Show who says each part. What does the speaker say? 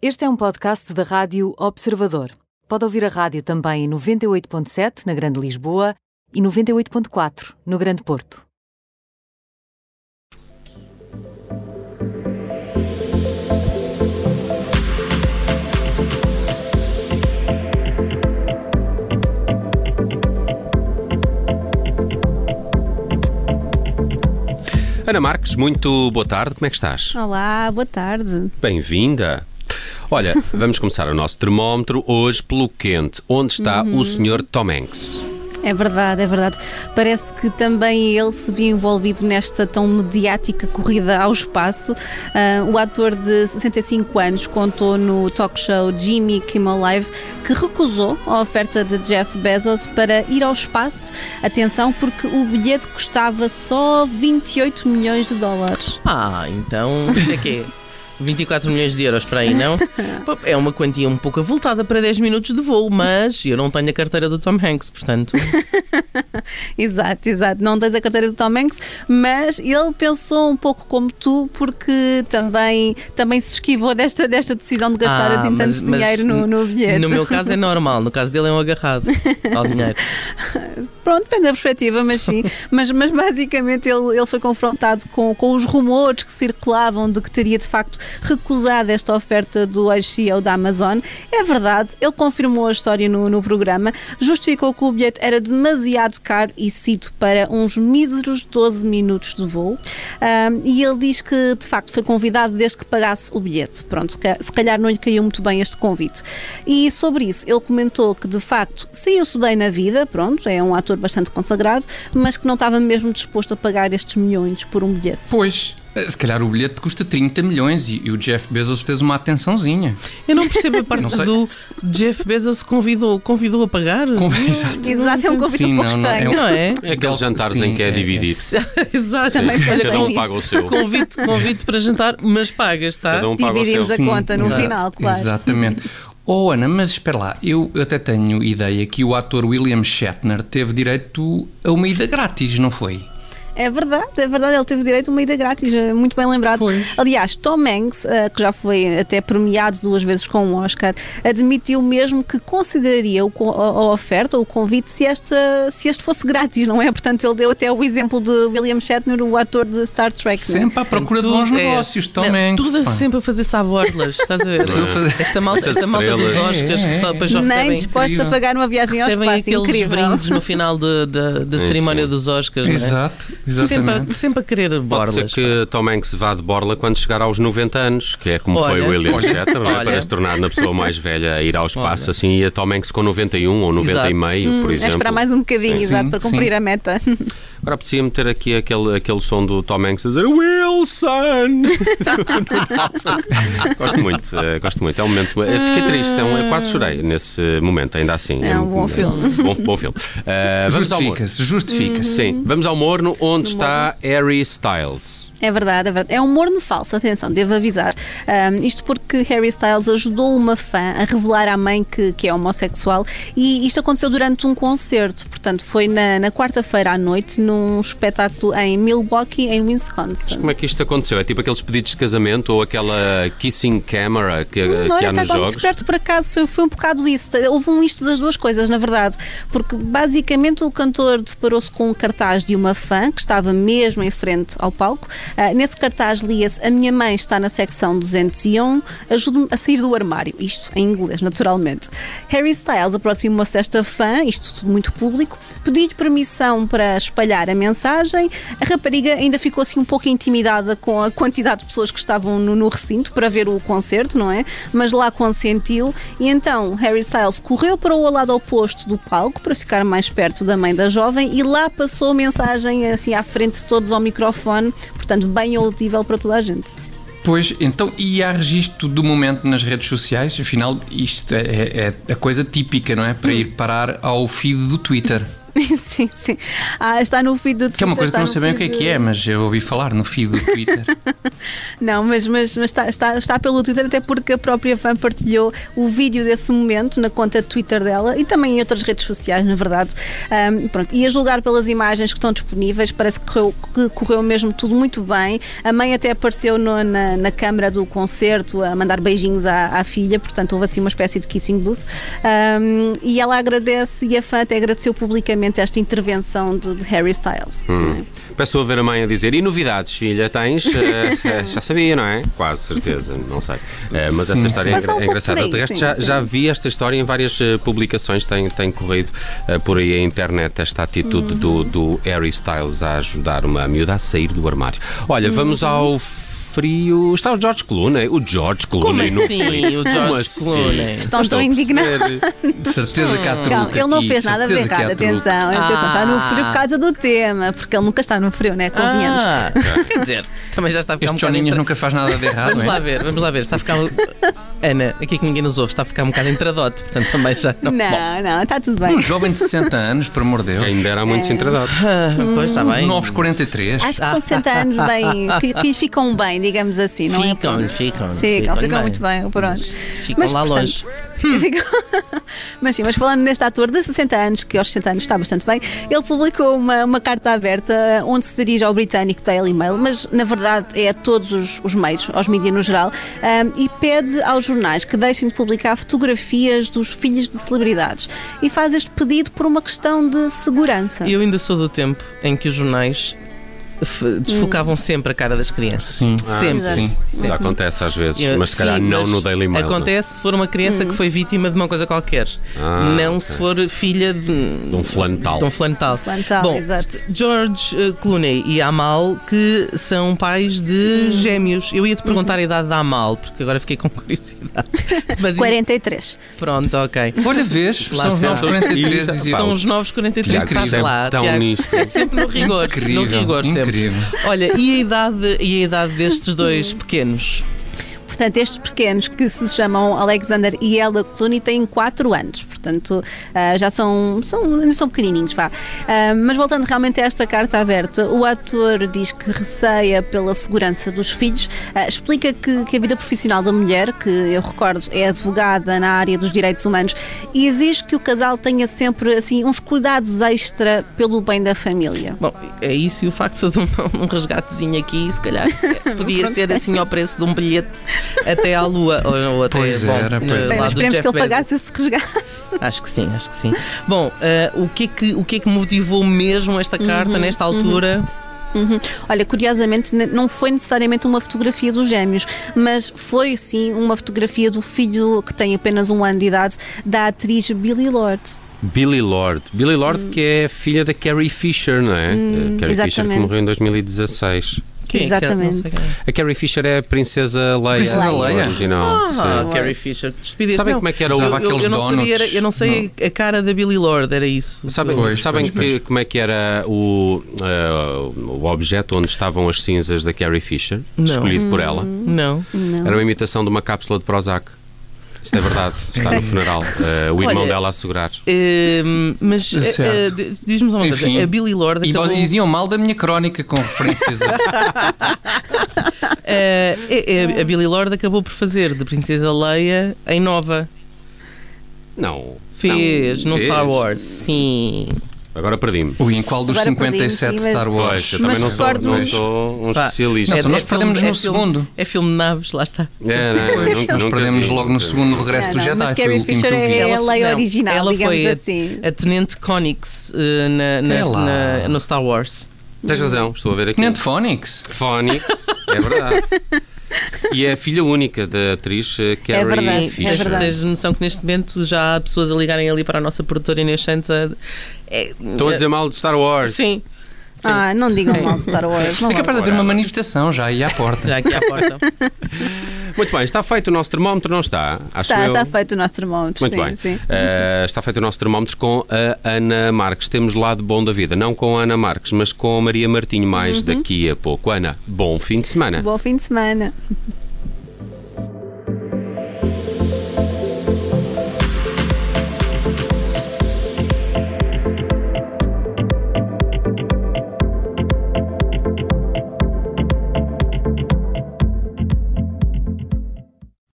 Speaker 1: Este é um podcast da Rádio Observador. Pode ouvir a rádio também em 98.7 na Grande Lisboa e 98.4 no Grande Porto.
Speaker 2: Ana Marques, muito boa tarde, como é que estás?
Speaker 3: Olá, boa tarde.
Speaker 2: Bem-vinda. Olha, vamos começar o nosso termómetro hoje pelo quente. Onde está o Sr. Tom Hanks?
Speaker 3: É verdade, é verdade. Parece que também ele se viu envolvido nesta tão mediática corrida ao espaço. Ah, o ator de 65 anos contou no talk show Jimmy Kimmel Live que recusou a oferta de Jeff Bezos para ir ao espaço. Atenção, porque o bilhete custava só 28 milhões de dólares.
Speaker 4: Ah, então, isso é que é 24 milhões de euros para aí, não? Pô, É uma quantia um pouco avultada para 10 minutos de voo, mas eu não tenho a carteira do Tom Hanks, portanto.
Speaker 3: Exato, exato. Não tens a carteira do Tom Hanks, mas ele pensou um pouco como tu, porque também, também se esquivou desta, desta decisão de gastar
Speaker 4: Ah,
Speaker 3: assim
Speaker 4: mas-
Speaker 3: tanto
Speaker 4: mas
Speaker 3: dinheiro no, no bilhete.
Speaker 4: No meu caso é normal, no caso dele é um agarrado ao dinheiro.
Speaker 3: Pronto, depende da perspectiva, mas sim. mas, mas basicamente ele, ele foi confrontado com, com os rumores que circulavam de que teria de facto recusado esta oferta do ex-CEO da Amazon. É verdade, ele confirmou a história no, no programa, justificou que o bilhete era demasiado caro e cito para uns míseros 12 minutos de voo. Ahm, e ele diz que de facto foi convidado desde que pagasse o bilhete. Pronto, se ca- se calhar não lhe caiu muito bem este convite. E sobre isso, ele comentou que de facto saiu-se bem na vida, pronto, é um ator bastante consagrado, mas que não estava mesmo disposto a pagar estes milhões por um bilhete.
Speaker 5: Pois. eh, Se calhar o bilhete custa 30 milhões e, e o Jeff Bezos fez uma atençãozinha.
Speaker 4: Eu não percebo a parte
Speaker 5: sei.
Speaker 4: do Jeff Bezos convidou, convidou a pagar.
Speaker 5: Conversa.
Speaker 3: Exato, é um convite
Speaker 5: Sim,
Speaker 3: um pouco
Speaker 5: não, não, é
Speaker 3: estranho.
Speaker 4: Não é?
Speaker 2: É aqueles
Speaker 5: Bel-
Speaker 2: jantares
Speaker 5: Sim,
Speaker 2: em que é,
Speaker 5: é-
Speaker 2: dividido.
Speaker 4: Exato.
Speaker 3: Também
Speaker 2: Sim,
Speaker 3: pensei
Speaker 2: Cada um
Speaker 3: nisso.
Speaker 2: paga o seu.
Speaker 4: Convite, convite para jantar, mas pagas, tá?
Speaker 2: Cada um paga o
Speaker 3: Dividimos
Speaker 2: seu.
Speaker 3: a conta no final, claro.
Speaker 5: Exatamente. Oh, Ana, mas espera lá, eu até tenho ideia que o ator William Shatner teve direito a uma ida grátis, não foi?
Speaker 3: É verdade, é verdade, ele teve direito a uma ida grátis, eh, muito bem lembrado.
Speaker 5: Pois.
Speaker 3: Aliás, Tom Hanks, eh, que já foi até premiado duas vezes com um Oscar, admitiu mesmo que consideraria o co- a a oferta, o convite, se este, se este fosse grátis, não é? Portanto, ele deu até o exemplo de William Shatner, o ator de Star Trek. não é?
Speaker 5: Sempre à procura de
Speaker 4: Tudo
Speaker 5: bons
Speaker 4: é-
Speaker 5: negócios, Tom
Speaker 4: Não,
Speaker 5: Hanks.
Speaker 4: Tudo é
Speaker 5: pá.
Speaker 4: sempre a fazer-se à borlas, estás a ver?
Speaker 5: Tudo a fazer-
Speaker 4: Esta malta,
Speaker 2: Estas
Speaker 4: esta malta dos
Speaker 2: estrelas.
Speaker 4: Oscars que só depois já
Speaker 3: Nem
Speaker 4: recebem.
Speaker 3: dispostos a
Speaker 5: incrível.
Speaker 3: pagar uma viagem ao
Speaker 4: recebem
Speaker 3: espaço,
Speaker 4: aqueles
Speaker 3: incrível.
Speaker 4: brindes no final de- de- da
Speaker 2: Enfim.
Speaker 4: cerimónia dos Oscars, não é?
Speaker 5: Exato,
Speaker 4: Sempre, a,
Speaker 5: exatamente.
Speaker 4: sempre a querer
Speaker 2: Pode
Speaker 4: borlas.
Speaker 2: ser que Tom Hanks vá de borla quando chegar aos 90 anos, que é como foi
Speaker 4: Olha.
Speaker 2: o William Shatner, não é?
Speaker 4: Olha.
Speaker 2: para se tornar na pessoa mais velha a ir ao espaço assim, e a Tom Hanks com 91 ou 90 e
Speaker 4: Exato.
Speaker 2: meio, por
Speaker 3: É
Speaker 2: exemplo.
Speaker 3: esperar mais um bocadinho,
Speaker 5: Sim,
Speaker 3: exato, para
Speaker 5: sim.
Speaker 3: cumprir a meta.
Speaker 2: Agora precisa meter aqui aquele, aquele som do Tom Hanks a dizer Wilson! gosto muito, eh, gosto muito. É um momento. eh, fiquei triste, é um- eu quase chorei nesse momento, ainda assim.
Speaker 3: É um bom filme.
Speaker 2: Bom, bom filme.
Speaker 4: É,
Speaker 2: Eh, vamos
Speaker 4: um
Speaker 2: ao morno.
Speaker 5: Justifica-se,
Speaker 3: Uhum.
Speaker 5: justifica-se.
Speaker 2: Sim, vamos ao morno onde está Harry Styles.
Speaker 3: É verdade, é verdade. É um morno falso, atenção, devo avisar. Ahm, isto porque Harry Styles ajudou uma fã a revelar à mãe que, que é homossexual e isto aconteceu durante um concerto. Portanto, foi na, na quarta-feira à noite num espetáculo em Milwaukee, em Wisconsin.
Speaker 2: Como é que isto aconteceu? É tipo aqueles pedidos de casamento ou aquela kissing camera que, eh,
Speaker 3: Não,
Speaker 2: que
Speaker 3: olha,
Speaker 2: há
Speaker 3: está
Speaker 2: nos
Speaker 3: agora
Speaker 2: jogos?
Speaker 3: muito perto por acaso, foi, foi um bocado isso. Houve um isto das duas coisas, na verdade, porque basicamente o cantor deparou-se com um cartaz de uma fã que estava mesmo em frente ao palco. Ah, nesse cartaz lia-se: A minha mãe está na secção 201, ajude-me a sair do armário. Isto em inglês, naturalmente. Harry Styles aproximou-se desta fã, isto tudo muito público, pediu-lhe permissão para espalhar a mensagem. A rapariga ainda ficou assim um pouco intimidada com a quantidade de pessoas que estavam no, no recinto para ver o concerto, não é? Mas lá consentiu e então Harry Styles correu para o lado oposto do palco para ficar mais perto da mãe da jovem e lá passou a mensagem assim à frente de todos ao microfone, portanto bem audível para toda a gente.
Speaker 5: Pois, então, e há registro do momento nas redes sociais?
Speaker 3: Hum.
Speaker 5: Afinal, isto é, é- é a coisa típica, não é? Para ir parar ao feed do Twitter.
Speaker 3: sim, sim. Ah, está no feed do Twitter.
Speaker 5: Que é uma coisa
Speaker 3: está
Speaker 5: que não
Speaker 3: no
Speaker 5: sei bem o que é
Speaker 3: feed
Speaker 5: que é, mas eu ouvi falar no feed do Twitter.
Speaker 3: Não, mas, mas, mas está, está, está pelo Twitter, até porque a própria fã partilhou o vídeo desse momento na conta Twitter dela e também em outras redes sociais, na verdade. Ahm, pronto, e a julgar pelas imagens que estão disponíveis, parece que correu, que correu mesmo tudo muito bem. A mãe até apareceu no- na, na câmara do concerto a mandar beijinhos à, à filha, portanto houve assim uma espécie de kissing booth. Ahm, e ela agradece e a fã até agradeceu publicamente esta intervenção de, de Harry Styles.
Speaker 2: Peço Hum. a ver a mãe a dizer, e novidades, filha, tens? Eh, eh, já sabia, não é? Quase certeza, não sei. Eh, mas
Speaker 5: Sim,
Speaker 2: essa história é,
Speaker 3: sim. Mas há um
Speaker 2: engra- é
Speaker 3: pouco
Speaker 2: engraçada.
Speaker 3: por aí,
Speaker 2: De resto,
Speaker 3: sim,
Speaker 2: já,
Speaker 3: sim.
Speaker 2: já vi esta história em várias eh, publicações, tem, tem corrido eh, por aí a internet esta atitude
Speaker 3: Hum.
Speaker 2: do, do Harry Styles a ajudar uma miúda a sair do armário. Olha, vamos
Speaker 3: Hum.
Speaker 2: ao frio. Está o George Clooney? O George
Speaker 4: Como
Speaker 2: Clooney no
Speaker 4: assim,
Speaker 2: frio.
Speaker 4: o
Speaker 2: Como
Speaker 4: George
Speaker 2: assim?
Speaker 4: Clooney?
Speaker 3: Estão
Speaker 2: Não estou
Speaker 3: tão
Speaker 2: a
Speaker 3: indignados.
Speaker 2: perceber.
Speaker 5: De certeza que há truque
Speaker 3: Hum. Calma, ele não
Speaker 5: aqui,
Speaker 3: fez
Speaker 5: de
Speaker 3: nada de
Speaker 5: certeza que
Speaker 3: errado,
Speaker 5: há truque.
Speaker 3: atenção, atenção, está no frio
Speaker 4: Ah.
Speaker 3: por causa do tema, porque ele nunca está no frio, né? Convenhamos.
Speaker 4: Ah, quer dizer, também já está a ficar
Speaker 5: Este
Speaker 4: um bocado...
Speaker 5: Joninhas
Speaker 4: entra-
Speaker 5: nunca faz nada de errado,
Speaker 4: Vamos lá
Speaker 5: é?
Speaker 4: ver, vamos lá ver. Está a ficar... um- Ana, aqui que ninguém nos ouve, está a ficar um bocado entradote, portanto também já não... Bom, Hum.
Speaker 3: não, não, está tudo bem.
Speaker 5: Um jovem de 60 anos, por amor de Deus.
Speaker 2: Quem dera há muitos
Speaker 3: É.
Speaker 2: entradados.
Speaker 4: ah, pois está
Speaker 5: Os
Speaker 4: bem.
Speaker 5: novos 43.
Speaker 3: Acho que são 60 anos bem, que, que lhes ficam bem, digamos assim, não é?
Speaker 4: Ficam,
Speaker 3: Ficam,
Speaker 4: ficam, ficam
Speaker 3: ficam
Speaker 4: bem.
Speaker 3: muito bem, pronto.
Speaker 4: Ficam lá longe.
Speaker 3: ficam- mas sim, mas falando neste ator de 60 anos, que aos 60 anos está bastante bem, ele publicou uma, uma carta aberta eh, onde se dirige ao britânico Daily Mail, mas na verdade é a todos os, os meios, aos mídias no geral, ahm, e pede aos jornais que deixem de publicar fotografias dos filhos de celebridades. E faz este pedido por uma questão de segurança.
Speaker 4: Eu ainda sou do tempo em que os jornais f- desfocavam sempre a cara das crianças.
Speaker 5: Sim.
Speaker 4: Sempre.
Speaker 5: sim.
Speaker 4: Sempre.
Speaker 2: Acontece às vezes,
Speaker 4: Eu-
Speaker 2: mas se calhar
Speaker 4: sim,
Speaker 2: não
Speaker 4: mas
Speaker 2: no Daily Mail. não é?
Speaker 4: Acontece se for uma criança que foi vítima de uma coisa qualquer.
Speaker 2: Ah,
Speaker 4: não
Speaker 2: ok.
Speaker 4: se for filha de, de
Speaker 2: um fulano tal.
Speaker 4: De um fulano tal.
Speaker 3: fulano tal,
Speaker 4: Bom,
Speaker 3: exato.
Speaker 4: George eh, Clooney e Amal, que são pais de gêmeos. Eu ia te perguntar a idade da Amal, porque agora fiquei com curiosidade. Mas
Speaker 3: 43.
Speaker 4: pronto, ok.
Speaker 5: Olha, vês,
Speaker 4: Lá
Speaker 5: são os
Speaker 4: está.
Speaker 5: novos 43,
Speaker 2: Isso,
Speaker 5: dizia.
Speaker 4: São os novos 43 que
Speaker 5: Tiago,
Speaker 4: estás lá.
Speaker 2: é tão
Speaker 4: Tiago.
Speaker 2: nisto.
Speaker 4: Sempre no rigor.
Speaker 5: Incrível,
Speaker 4: no rigor sempre.
Speaker 5: incrível.
Speaker 4: Olha, e a idade, e a idade destes dois pequenos?
Speaker 3: Portanto, estes pequenos que se chamam Alexander e Ella Clooney têm 4 anos, portanto ah, já são, são, ainda são pequenininhos, vá. Ah, mas voltando realmente a esta carta aberta, o ator diz que receia pela segurança dos filhos, ah, explica que, que a vida profissional da mulher, que eu recordo é advogada na área dos direitos humanos, exige que o casal tenha sempre assim uns cuidados extra pelo bem da família.
Speaker 4: Bom, é isso e o facto de um, um resgatezinho aqui, se calhar podia ser assim ao preço de um bilhete até à Lua. Ou, ou até,
Speaker 5: Pois
Speaker 4: bom,
Speaker 5: era, pois é.
Speaker 4: eh,
Speaker 5: era.
Speaker 3: Bem,
Speaker 4: lá
Speaker 3: mas
Speaker 4: do
Speaker 3: esperemos
Speaker 4: Jeff
Speaker 3: que ele
Speaker 4: Bezos.
Speaker 3: pagasse esse resgate.
Speaker 4: Acho que sim, acho que sim. Bom, eh, o, que é que, o que é que motivou mesmo esta carta nesta altura?
Speaker 3: Uhum. Olha, curiosamente, ne- não foi necessariamente uma fotografia dos gêmeos, mas foi sim uma fotografia do filho que tem apenas um ano de idade, da atriz Billy Lord.
Speaker 2: Billy Lord. Billy Lord, que é filha da Carrie Fisher, não é?
Speaker 3: Hum,
Speaker 2: A Carrie Fisher que
Speaker 3: exatamente.
Speaker 2: morreu em 2016.
Speaker 4: Quem é que é? Não sei
Speaker 3: Exatamente.
Speaker 4: quem é.
Speaker 2: A Carrie Fisher é a Princesa Leia.
Speaker 5: Princesa
Speaker 2: no
Speaker 5: Leia?
Speaker 2: Original. Sim.
Speaker 4: Ah, Carrie Fisher. Despedida.
Speaker 2: Sabem
Speaker 4: Não,
Speaker 2: como é que era o-
Speaker 4: eu, eu,
Speaker 5: Aqueles
Speaker 4: eu não sabia, era-
Speaker 5: donuts.
Speaker 4: eu não sei a cara da Billy Lord, era isso.
Speaker 2: Sabem,
Speaker 5: Pois,
Speaker 2: sabem
Speaker 5: pois,
Speaker 2: que- como é que era o, ah, o objeto onde estavam as cinzas da Carrie Fisher,
Speaker 4: Não.
Speaker 2: escolhido por ela?
Speaker 4: Hum, Não.
Speaker 3: Não.
Speaker 2: Era uma imitação de uma cápsula de Prozac. Isto é verdade, está no funeral. Ah, o irmão
Speaker 4: Olha,
Speaker 2: dela a segurar.
Speaker 4: Ehm, mas eh,
Speaker 5: Certo.
Speaker 4: eh, di- diz-me só uma
Speaker 5: Enfim.
Speaker 4: coisa: a Billy Lord
Speaker 5: E
Speaker 4: acabou,
Speaker 5: vós diziam mal da minha crónica com referências a
Speaker 4: eh, eh, a Billy Lord acabou por fazer de Princesa Leia em Nova.
Speaker 2: Não.
Speaker 4: Fez
Speaker 2: não,
Speaker 4: no
Speaker 2: fez. Um
Speaker 4: Star Wars. Sim.
Speaker 2: Agora perdi-me.
Speaker 5: Ui, em qual dos
Speaker 3: Agora
Speaker 5: 57
Speaker 3: perdi-me, sim, mas-
Speaker 5: Star Wars?
Speaker 2: Pois, eu também
Speaker 3: Mas
Speaker 2: não sou,
Speaker 3: recordo-
Speaker 2: não sou um
Speaker 4: Pá,
Speaker 2: especialista.
Speaker 5: Não, só nós
Speaker 4: filme-
Speaker 5: perdemos no
Speaker 4: é filme-
Speaker 5: segundo.
Speaker 4: É filme de naves, lá está.
Speaker 2: É, não,
Speaker 5: Pois,
Speaker 2: nunca-
Speaker 5: nós
Speaker 2: nunca
Speaker 5: perdemos
Speaker 2: vi,
Speaker 5: logo no
Speaker 2: nunca vi.
Speaker 5: segundo regresso
Speaker 3: Não,
Speaker 5: do
Speaker 3: não,
Speaker 5: Jedi.
Speaker 3: mas
Speaker 5: Foi o
Speaker 3: Carrie
Speaker 5: último que
Speaker 3: Fisher
Speaker 5: eu vi.
Speaker 3: é a lei
Speaker 4: não,
Speaker 3: original,
Speaker 4: ela
Speaker 3: digamos
Speaker 4: foi a-
Speaker 3: assim.
Speaker 4: A, Tenente Connix eh, na, na-
Speaker 5: É lá.
Speaker 4: na- no Star Wars.
Speaker 2: Tens razão, estou a ver aqui.
Speaker 5: Tenente Phonics?
Speaker 2: Phonics, é verdade. E é a filha única da atriz eh, Carrie
Speaker 3: verdade, é
Speaker 2: Fisher.
Speaker 4: Tens-
Speaker 3: verdade.
Speaker 4: Tens noção que neste momento já há pessoas a ligarem ali para a nossa produtora Inês Santos a. é- eh,
Speaker 2: Estão a dizer mal de Star Wars.
Speaker 4: Sim,
Speaker 3: Ah, não digam mal de Star Wars. Não
Speaker 5: É capaz de haver
Speaker 2: Ora, não.
Speaker 5: uma manifestação já aí à porta.
Speaker 4: já aqui à porta.
Speaker 2: Muito bem, está feito o nosso termómetro, não está? Acho
Speaker 3: está,
Speaker 2: eu.
Speaker 3: está feito o nosso termómetro.
Speaker 2: Muito
Speaker 3: sim,
Speaker 2: bem.
Speaker 3: sim.
Speaker 2: Eh, está feito o nosso termómetro com a Ana Marques. Temos lado bom da vida, não com a Ana
Speaker 3: Uhum.
Speaker 2: Marques, mas com a Maria Martinho mais daqui a pouco. Ana, bom fim de semana.
Speaker 3: Bom fim de semana.